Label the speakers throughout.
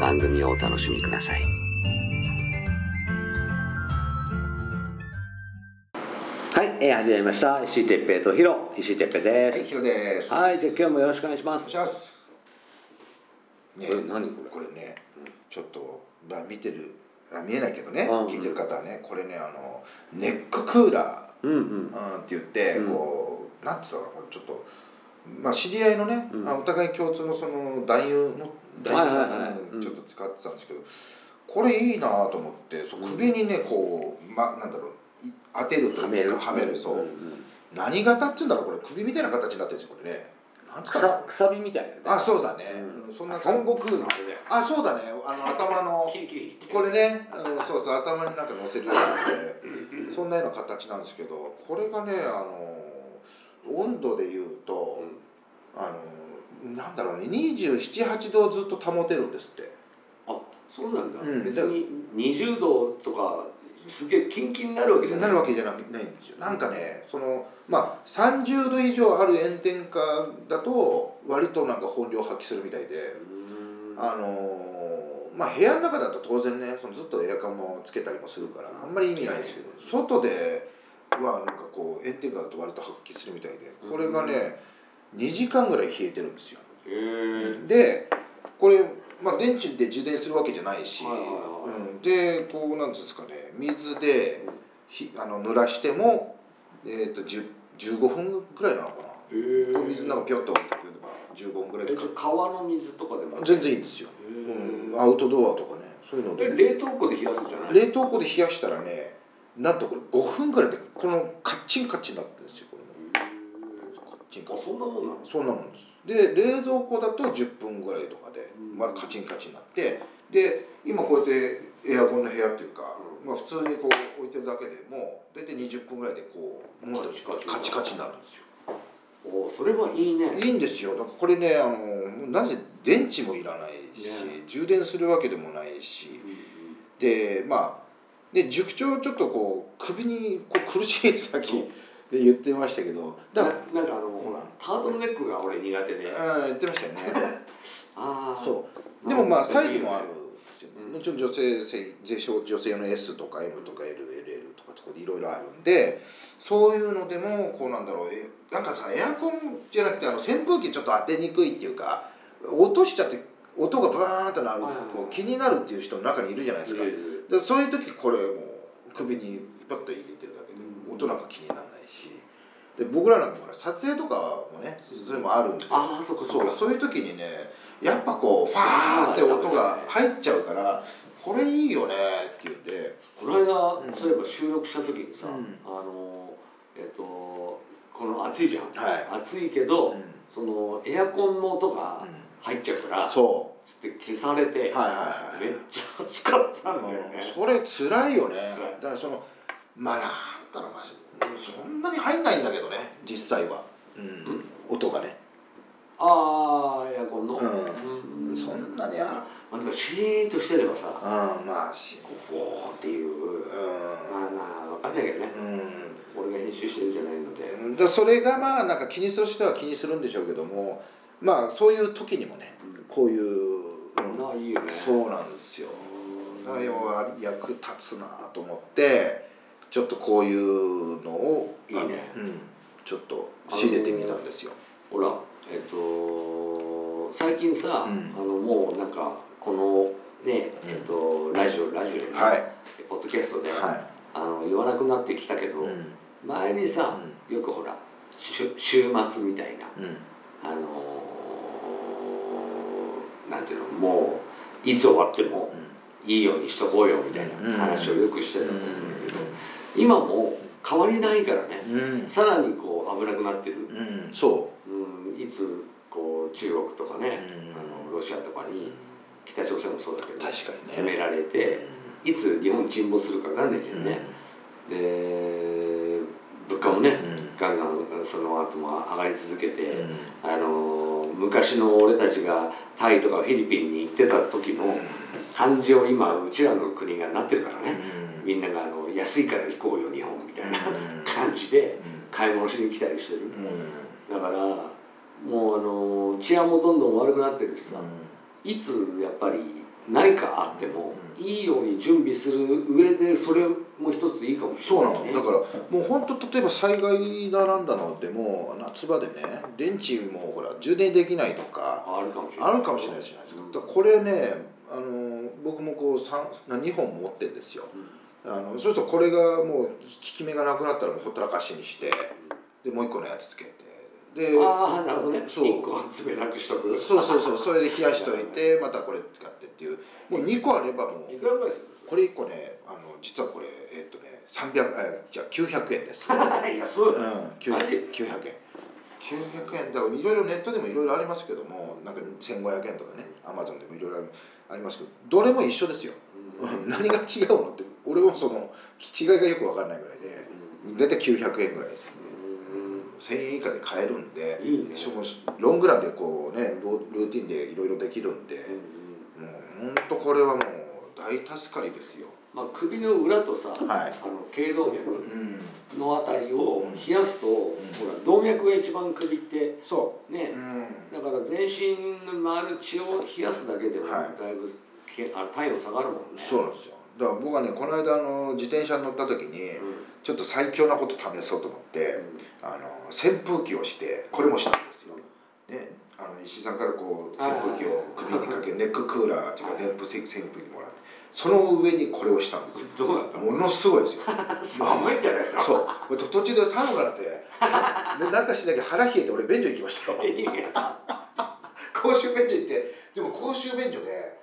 Speaker 1: 番組をお楽しみください。はい、えー、始めました。石井哲平とヒロ、石井哲平で
Speaker 2: はい、
Speaker 1: す。
Speaker 2: ヒロです。。
Speaker 1: はいい、じゃあ今日もよろしくお願いしま
Speaker 2: お願い
Speaker 1: す
Speaker 2: し。ます。ね、
Speaker 1: え何これ
Speaker 2: これね、
Speaker 1: うん
Speaker 2: ちょっと、だ、見てる。あ、見えないけどね、
Speaker 1: うん
Speaker 2: 聞いてる方はね、これね、あの、ネッククーラ
Speaker 1: うんうん
Speaker 2: ー。。うんって言って、
Speaker 1: うん
Speaker 2: こう、なんて言ったのかな、これちょっと。まあ、知り合いのね、
Speaker 1: うん
Speaker 2: あお互い共通のその男優の。男優さんが
Speaker 1: はいは
Speaker 2: ね
Speaker 1: いはいうん
Speaker 2: ちょっと使ってたんですけど。これいいなと思って、そう、首にね、こう、ま、なんだろう。い当てるというか
Speaker 1: はめる。
Speaker 2: はめる、そう。
Speaker 1: んん
Speaker 2: 何型っていうんだろう、これ、首みたいな形になってるんですよ、これね。なんつったの
Speaker 1: 草草びみたいなね。
Speaker 2: あそうだね、
Speaker 1: うん
Speaker 2: うんそん
Speaker 1: あ
Speaker 2: な
Speaker 1: 孫
Speaker 2: 感じ
Speaker 1: 悟空のあれだよ。
Speaker 2: あそうだねあの頭の
Speaker 1: キリキリって
Speaker 2: これねあのそうそう頭になんか乗せるよう なのでそんなような形なんですけどこれがねあの温度で言うと、あのなんだろうね278度ずっと保てるんですって
Speaker 1: あそうなんだ、
Speaker 2: うん
Speaker 1: 別に20度とかすげえキンキンになるわけじゃな
Speaker 2: ないるわけじゃなくないんですよなんかねそのまあ30度以上ある炎天下だと割となんか本領発揮するみたいであのーまあ部屋の中だと当然ねそのずっとエアコンもつけたりもするからあんまり意味ないですけど外ではなんかこう炎天下だと割と発揮するみたいでこれがね2時間ぐらい冷えてるんですよ
Speaker 1: へえ
Speaker 2: でこれ、まあ、電池で充電するわけじゃないし、
Speaker 1: はいはいはい
Speaker 2: うん、でこうなんつうんですかね水でひあの濡らしても、えー、と10 15分ぐらいなのか
Speaker 1: へ
Speaker 2: な、
Speaker 1: ー
Speaker 2: 水の中ピョッと置いてくれば15分ぐらい
Speaker 1: え
Speaker 2: か
Speaker 1: じゃあ川の水とかでも
Speaker 2: 全然いいんですよ
Speaker 1: へ
Speaker 2: うん、アウトドアとかねそういうの
Speaker 1: え
Speaker 2: で
Speaker 1: 冷凍庫で冷やすんじゃない
Speaker 2: 冷凍庫で冷やしたらねなんとこれ5分ぐらいでこのカッチンカッチンになってるんですよこれね
Speaker 1: へ
Speaker 2: カッチン
Speaker 1: ー
Speaker 2: カ
Speaker 1: あ
Speaker 2: ッチ
Speaker 1: そんなもんなの
Speaker 2: ンそんなもんですで冷蔵庫だと10分ぐらいとかで
Speaker 1: うん
Speaker 2: まだカチンカチンになってで今こうやってエアコンの部屋っていうか、まあ、普通にこう置いてるだけでもう大体20分ぐらいでこうもっと
Speaker 1: カチカチ
Speaker 2: カチカチになるんですよ
Speaker 1: おーそれはいいね
Speaker 2: いいんですよだからこれねあのなぜ電池もいらないし、
Speaker 1: ね
Speaker 2: 充電するわけでもないし、
Speaker 1: うん
Speaker 2: でまあで塾長ちょっとこう首にこう苦しいさっきで言ってましたけどだから
Speaker 1: ななんかあのほらタートルネックが俺苦手で
Speaker 2: うん言ってましたよね
Speaker 1: ああ
Speaker 2: そうでもまあサイズもあるんですよ
Speaker 1: うん
Speaker 2: もちろん女性性女性用の S とか M とか LLL とかとかいろいろあるんでそういうのでもこうなんだろうえなんかさエアコンじゃなくてあの扇風機ちょっと当てにくいっていうか落としちゃって音がバーンとなると
Speaker 1: はいはいはい
Speaker 2: こう気になるっていう人の中にいるじゃないですか
Speaker 1: いるいる
Speaker 2: でそういう時これもう首にパッと入れてるだけで
Speaker 1: うん
Speaker 2: 音なんか気にならないしで僕らなんかほら撮影とかもねそれもあるんで
Speaker 1: ああそっかそ
Speaker 2: そ
Speaker 1: っ
Speaker 2: う
Speaker 1: か
Speaker 2: そういう時にねやっぱこうファーって音が入っちゃうからこれいいよねって言うんで
Speaker 1: この間、
Speaker 2: うん
Speaker 1: そういえば収録した時にさ、
Speaker 2: うん
Speaker 1: あのえっとこの暑いじゃん、
Speaker 2: は
Speaker 1: 暑いけど、
Speaker 2: うん
Speaker 1: そのエアコンの音が入っちゃうから、
Speaker 2: そ
Speaker 1: つって消されて、
Speaker 2: うはいはい
Speaker 1: めっ
Speaker 2: は
Speaker 1: ちゃ暑かったんだよね
Speaker 2: い、それつらいよね
Speaker 1: 辛い
Speaker 2: だからそのまあなんだろうまあそんなに入んないんだけどね実際は、うん
Speaker 1: ん
Speaker 2: 音がね、
Speaker 1: ああエアコンの、
Speaker 2: うんそんなにあ
Speaker 1: まあ、でもシーンとしてればさ
Speaker 2: あまあし
Speaker 1: こうフォーっていう
Speaker 2: う
Speaker 1: まあまあわかんないけどね、
Speaker 2: ん
Speaker 1: 俺が編集してるんじゃないので、
Speaker 2: うんだそれがまあなんか気にする人は気にするんでしょうけどもまあそういう時にもねこういう、うん
Speaker 1: まあいいよね
Speaker 2: そうなんですよ
Speaker 1: うん
Speaker 2: だから要は役立つなと思ってちょっとこういうのを
Speaker 1: いいね
Speaker 2: あのうん、ちょっと仕入れてみたんですよ、
Speaker 1: ほらえっと最近さ、
Speaker 2: うん
Speaker 1: あのもうなんかこのねえっと、ラジオラジオでね、
Speaker 2: はい
Speaker 1: ポッドキャストで、
Speaker 2: は
Speaker 1: あの言わなくなってきたけど、
Speaker 2: い、
Speaker 1: 前にさよくほらしゅ週末みたいな
Speaker 2: うん
Speaker 1: あのーなんていうのもういつ終わってもいいようにしとこうよみたいな話をよくしてたと思うんだけど、今も変わりないからね
Speaker 2: うんうん
Speaker 1: さらにこう危なくなってる、
Speaker 2: うんそ
Speaker 1: うん、いつこう中国とか
Speaker 2: う、
Speaker 1: ね、あのロシアとかに北朝鮮もそうだけど
Speaker 2: 確かにね
Speaker 1: 攻められていつ日本沈没するか分かんないじゃんね、で物価もね、ガンガンその後も上がり続けて、あのー昔の俺たちがタイとかフィリピンに行ってた時の感じを今うちらの国がなってるからね、みんながあの安いから行こうよ日本みたいな感じで買い物しに来たりしてる、だからもうあのー治安もどんどん悪くなってるしさ、いつやっぱり何かあっても
Speaker 2: う
Speaker 1: いいように準備する上でそれも一ついいかもし
Speaker 2: そ
Speaker 1: れ
Speaker 2: う
Speaker 1: な、
Speaker 2: ない
Speaker 1: ね、
Speaker 2: のだからもう本当例えば災害だなんだのでも夏場でね電池もほら充電できないとか
Speaker 1: あるかもしれない
Speaker 2: あるかもしれないじゃないですかだからこれねあの僕もこう2本持ってるんですよ
Speaker 1: うん
Speaker 2: あのそうするとこれがもう効き目がなくなったらもうほったらかしにしてでもう一個のやつつけてで
Speaker 1: ああなるほどね
Speaker 2: そう
Speaker 1: 1個は冷たくしとく
Speaker 2: そうそうそうそれで冷やしといてまたこれ使ってっていうもう2個あればも
Speaker 1: いうくらぐらいする
Speaker 2: これ1個ねあの実はこれえっとね300えじゃあ900 円です、うん、
Speaker 1: れいやそうだマジ
Speaker 2: 900 900円900円だからいろいろネットでもいろいろありますけどもなんか1500円とかねアマゾンでもいろいろありますけどどれも一緒ですよ、
Speaker 1: うん
Speaker 2: うん、何が違うのって俺もその違いがよく分かんないぐらいで大体900円ぐらいですね1000円以下で買えるんで
Speaker 1: いいね
Speaker 2: しかもロングランでこうねロルーティンでいろいろできるんで、
Speaker 1: うん
Speaker 2: もう本当これはもう大助かりですよ
Speaker 1: まあ首の裏とさ、
Speaker 2: はい
Speaker 1: あの頸動
Speaker 2: う
Speaker 1: 脈
Speaker 2: ん
Speaker 1: のあたりを冷やすと、ほら動脈が一番首って
Speaker 2: そ
Speaker 1: ね
Speaker 2: う、うん
Speaker 1: だから全身の回る血を冷やすだけでもだ
Speaker 2: はい
Speaker 1: いぶけあの体温下がるもんね
Speaker 2: そうなんですよだから僕はねこの間あの自転車に乗った時にちょっと最強なこと試そうと思ってあの扇風機をしてこれもしたんですよ、ね、あの石井さんからこう扇風機を首にかけるネッククーラーっていうか
Speaker 1: はい
Speaker 2: ネック扇風機もらってその上にこれをしたんですよ
Speaker 1: どうなったの
Speaker 2: ものすごいですよ
Speaker 1: 寒いんじゃないの
Speaker 2: そう俺と途中で寒くなって でなんかしなきゃ腹冷えて俺便所行きましたよ
Speaker 1: いいね
Speaker 2: 公衆便所行ってでも公衆便所で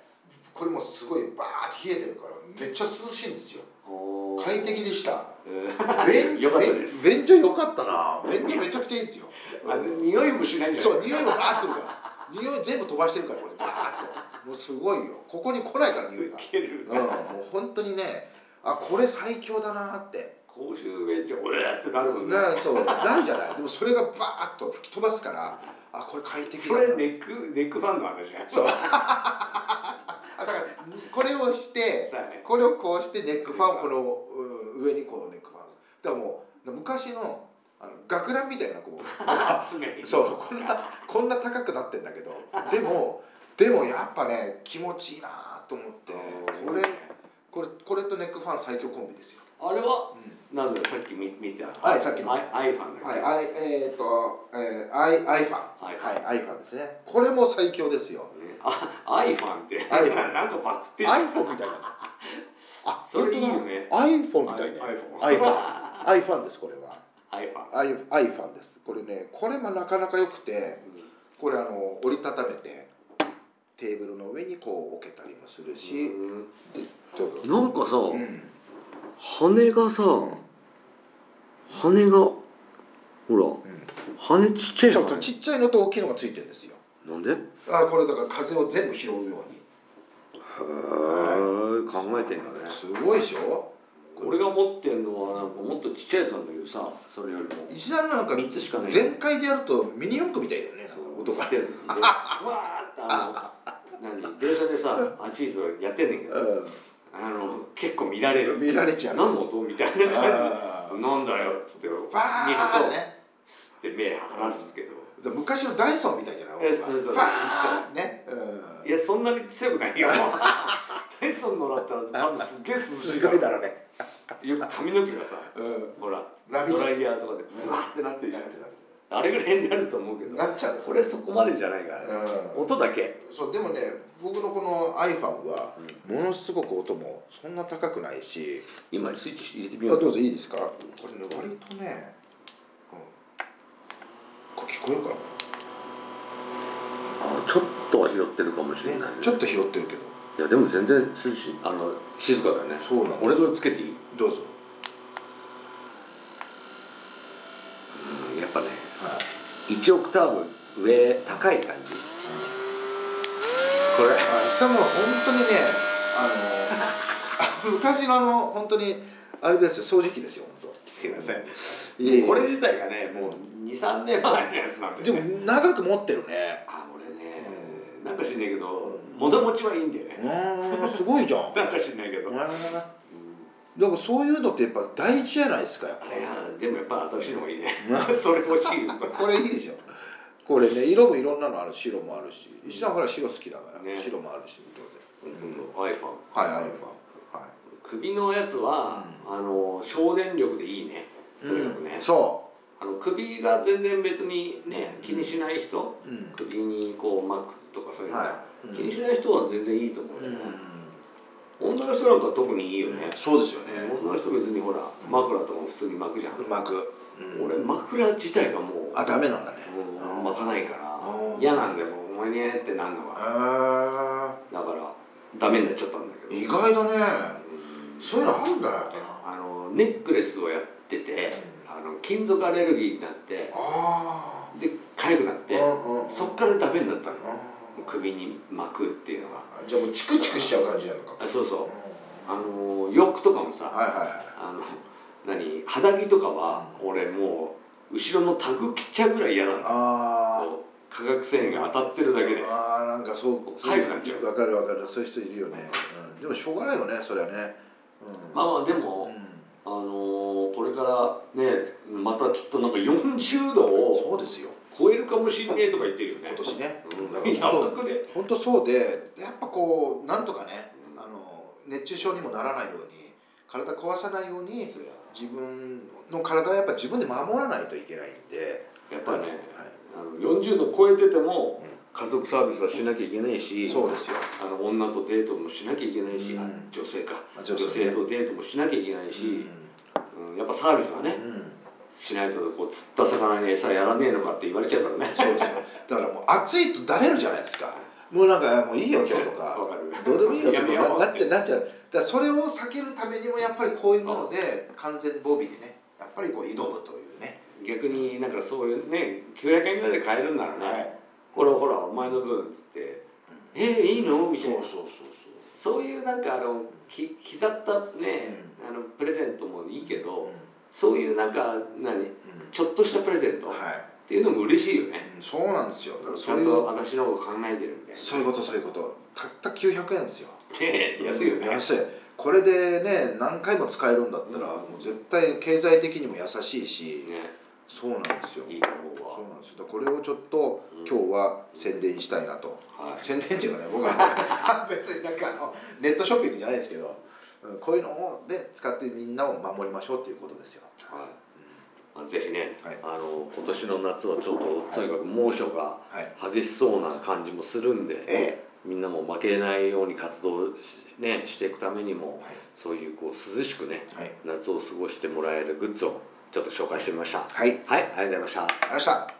Speaker 2: これもすごいバーって冷えてるからめっちゃ涼しいんですよ
Speaker 1: おー
Speaker 2: 快適でした
Speaker 1: うん
Speaker 2: 便
Speaker 1: よかったです
Speaker 2: 便便所良かったな便所めちゃくちゃいいですよ
Speaker 1: あの匂いもしないんじゃない
Speaker 2: そう匂いもバーってくるから匂い全部飛ばしてるからこれバーっともうすごいよここに来ないから匂いが
Speaker 1: ける
Speaker 2: うんもう本当にねあこれ最強だなって
Speaker 1: 公衆便所うわーってなるもんね
Speaker 2: なそうなるじゃないでもそれがバーっと吹き飛ばすからあこれ快適
Speaker 1: そ
Speaker 2: だな
Speaker 1: れネックネックファンの話じゃん
Speaker 2: そうあだからこれをして
Speaker 1: さあね
Speaker 2: これをこうしてネックファンをこのうん上にこうネックファンだからもう昔のあの学ランみたいなこう
Speaker 1: 常に
Speaker 2: そうこんなこんな高くなってんだ けどでもでもやっぱね気持ちいいなと思ってこれこれこれとネックファン最強コンビですよ、
Speaker 1: あれはなんだよさっき見見てた
Speaker 2: はいさっきの
Speaker 1: アイアイファンだっけ
Speaker 2: はいアイえー、っと、えー、アイアイファン
Speaker 1: アイファン
Speaker 2: はいアイファンですねこれも最強ですよ
Speaker 1: ねあアイファンって
Speaker 2: アイファ ン
Speaker 1: なんかパクってる
Speaker 2: iPhone みた いなんだあ
Speaker 1: それいいよ
Speaker 2: 本
Speaker 1: ね
Speaker 2: 当だ iPhone みたいね
Speaker 1: アイフォン
Speaker 2: iPhone iPhone ですこれは
Speaker 1: アイファン
Speaker 2: i- iPhone ですこれねこれもなかなか良くてこれあの折りたためてテーブルの上にこう置けたりもするし、
Speaker 1: うん
Speaker 2: ちょっと
Speaker 1: なんかさ
Speaker 2: うん
Speaker 1: 羽がさ羽がほら羽ちっちゃい
Speaker 2: ち
Speaker 1: の
Speaker 2: ょっとちっちゃいのと大きいのがついてるんですよ
Speaker 1: なんでへ
Speaker 2: あこれだから風を全部拾うように
Speaker 1: え考えてんだね
Speaker 2: すごいでしょ
Speaker 1: 俺が持ってんのはなんかもっとちっちゃいやつなんだけどさそれよりも
Speaker 2: 石段なんか
Speaker 1: 3つしかない
Speaker 2: 全開でやるとミニ四駆みたいだよねなんか音が
Speaker 1: し。てるんでわーってあの 何電車でさあっち行くとやってんねんけどあの結構見られ
Speaker 2: うん
Speaker 1: る
Speaker 2: 見られちゃう
Speaker 1: 何の音みたいな感
Speaker 2: あ
Speaker 1: じなんだよっつって見る
Speaker 2: ー
Speaker 1: と
Speaker 2: バーってね
Speaker 1: すって目離すけど
Speaker 2: 昔のダイソンみたいじゃない
Speaker 1: えそうそう
Speaker 2: バーンね、う
Speaker 1: いやそんなに強く ないよダイソンのだったら多分すっげえ涼
Speaker 2: ん、
Speaker 1: し
Speaker 2: す
Speaker 1: いか
Speaker 2: ご
Speaker 1: ら
Speaker 2: いだろうね、
Speaker 1: よく髪の毛がさ
Speaker 2: うん、
Speaker 1: ほら
Speaker 2: ラビ
Speaker 1: ド
Speaker 2: ちゃん
Speaker 1: ライヤーとかでブワーってなってるじゃん
Speaker 2: なってなって
Speaker 1: あれぐらいになると思うけど
Speaker 2: なっちゃう
Speaker 1: これそこまでじゃないからね、
Speaker 2: う
Speaker 1: 音だけ、
Speaker 2: ん、そうでもね僕のこの iPhone はものすごく音もそんな高くないし
Speaker 1: 今スイッチ入れて
Speaker 2: あ
Speaker 1: みよう
Speaker 2: どうぞいいですかこれね割とね、うん、これ聞こえるかな
Speaker 1: あちょっとは拾ってるかもしれない、
Speaker 2: ね、ちょっと拾ってるけど
Speaker 1: いやでも全然スイッチあの静かだね
Speaker 2: そうなの
Speaker 1: 俺のつけていい
Speaker 2: どうぞ
Speaker 1: うんやっぱね
Speaker 2: はい
Speaker 1: 1オクターブ上高い感じこれ
Speaker 2: あ久本当にねあの 昔のあの本当にあれですよ掃除機ですよ本
Speaker 1: すいません
Speaker 2: 当いえいえ
Speaker 1: これ自体がねもう23年前のやつなんで、
Speaker 2: で
Speaker 1: ね、
Speaker 2: も長く持ってるね
Speaker 1: あ俺ねなんか知んないけど物持ちはいいんだよね
Speaker 2: うーんすごいじゃん
Speaker 1: なんか知んないけど、
Speaker 2: う
Speaker 1: うんん
Speaker 2: だからそういうのってやっぱ大事じゃないですかやっぱ
Speaker 1: あいやでもやっぱ新しいのがいいね
Speaker 2: な
Speaker 1: それ欲しいよ
Speaker 2: これいいでしょこれね色もいろんなのある白もあるし石田さんほら白好きだから、
Speaker 1: ね
Speaker 2: 白もあるし当然、うん、
Speaker 1: iPhone
Speaker 2: はいはいはい
Speaker 1: 首のやつは、あの省電力でいいねとにかくね、
Speaker 2: うんそ
Speaker 1: あの首が全然別にね気にしない人、
Speaker 2: う、うん
Speaker 1: 首にこう巻くとかそういうの、
Speaker 2: はい、
Speaker 1: 気にしない人は全然いいと思う
Speaker 2: う
Speaker 1: よね、
Speaker 2: ん
Speaker 1: 女の人なんか特にいいよね、
Speaker 2: そうですよね、
Speaker 1: 女の人別にほら枕とかも普通に巻くじゃん、
Speaker 2: うまく、うん
Speaker 1: 俺枕自体がもう
Speaker 2: あダメなんだね、
Speaker 1: うん巻かないから
Speaker 2: うん
Speaker 1: 嫌なんだよもうお前ねってなんのが
Speaker 2: あ
Speaker 1: だからダメになっちゃったんだけど
Speaker 2: 意外だね
Speaker 1: うん
Speaker 2: そういうのあるんだねやっぱな
Speaker 1: あのネックレスをやっててあの金属アレルギーになって
Speaker 2: あ
Speaker 1: で痒くなって
Speaker 2: うんうん
Speaker 1: そっからダメになったの
Speaker 2: あ
Speaker 1: 首に巻くっていうのが
Speaker 2: じゃあもうチクチクしちゃう感じなのか
Speaker 1: あそう
Speaker 2: うん
Speaker 1: そうあの洋服とかもさ、
Speaker 2: はいは
Speaker 1: あの何肌着とかは俺もう後ろのタグ切っちゃうぐらい嫌ない
Speaker 2: はい
Speaker 1: の
Speaker 2: あ
Speaker 1: こう化学繊維が当たってるだけで
Speaker 2: ああーなんかそう
Speaker 1: 痒くなっちゃう
Speaker 2: わかるわかるそういう人いるよね、うん、でもしょうがないよねそれはね、うん、
Speaker 1: まあまあで
Speaker 2: う
Speaker 1: も、
Speaker 2: ん
Speaker 1: あのーこれからねまたきっとなんか40度を
Speaker 2: そうですよ
Speaker 1: 超えるかもしんねえとか言ってるよね
Speaker 2: 今年ね
Speaker 1: うんやばくね
Speaker 2: 本当そうでやっぱこうなんとかねあの熱中症にもならないように体壊さないように
Speaker 1: そうや
Speaker 2: 自分の体はやっぱ自分で守らないといけないんで、
Speaker 1: やっぱね、
Speaker 2: はい
Speaker 1: あの40度超えてても
Speaker 2: うん
Speaker 1: 家族サービスはしなきゃいけないし
Speaker 2: そうですよ
Speaker 1: あの女とデートもしなきゃいけないし、
Speaker 2: うん
Speaker 1: あ女性か
Speaker 2: 女
Speaker 1: 女
Speaker 2: 性
Speaker 1: 性
Speaker 2: ね
Speaker 1: とデートもしなきゃいけない
Speaker 2: うん
Speaker 1: し、うんやっぱサービスはね
Speaker 2: うん
Speaker 1: しないとこう釣った魚に餌やらねえのかって言われちゃうからね
Speaker 2: そうですよだからもう暑いとだれるじゃないですかもうなんかもういいよ今日とか
Speaker 1: わかる
Speaker 2: どうでもいいよと
Speaker 1: や
Speaker 2: か
Speaker 1: めよう
Speaker 2: ななっちゃうなっちゃうだからそれを避けるためにもやっぱりこういうもので完全防備でねやっぱりこう挑むというね
Speaker 1: 逆になんかそういうね900円ぐらいで買えるんならね、
Speaker 2: はい
Speaker 1: これほらお前の分っつって「えー、いいの?」みた
Speaker 2: そ
Speaker 1: いうな
Speaker 2: そうそう
Speaker 1: そういうなんかあのき刻ったね、あのプレゼントもいいけ
Speaker 2: そう
Speaker 1: ど、
Speaker 2: うん
Speaker 1: そういうなんか何ちょっとしたプレゼントっ
Speaker 2: はい
Speaker 1: ていうのも嬉しいよね、
Speaker 2: うんそうなんですよだから
Speaker 1: ち
Speaker 2: そ
Speaker 1: ゃ
Speaker 2: うんいう
Speaker 1: と私のこと考えてるみたいな
Speaker 2: そういうことそういうことたった900円ですよ
Speaker 1: ねえ安いよね、
Speaker 2: 安いこれでね何回も使えるんだったら、
Speaker 1: うん
Speaker 2: もう絶対経済的にも優しいし
Speaker 1: ね
Speaker 2: そうなんですよ
Speaker 1: いいと思う
Speaker 2: そう
Speaker 1: わ
Speaker 2: なんですよだからこれをちょっと
Speaker 1: うん
Speaker 2: 今日は宣伝したいなと、
Speaker 1: はい
Speaker 2: 宣伝っていうかね僕はね 別になんかあのネットショッピングじゃないですけどうんこういうのをで使ってみんなを守りましょうっていうことですよ、
Speaker 1: はいまあぜひね、
Speaker 2: はい
Speaker 1: あの今年の夏はちょっととにかく猛暑が
Speaker 2: はい
Speaker 1: 激しそうな感じもするんで、
Speaker 2: え
Speaker 1: みんなも負けないように活動し,、ね、していくためにも
Speaker 2: えは
Speaker 1: そういうこう涼しくね
Speaker 2: いはい、
Speaker 1: 夏を過ごしてもらえるグッズをちょっと紹介してみました
Speaker 2: はい、ありがとう
Speaker 1: はいありがとうございました
Speaker 2: ございました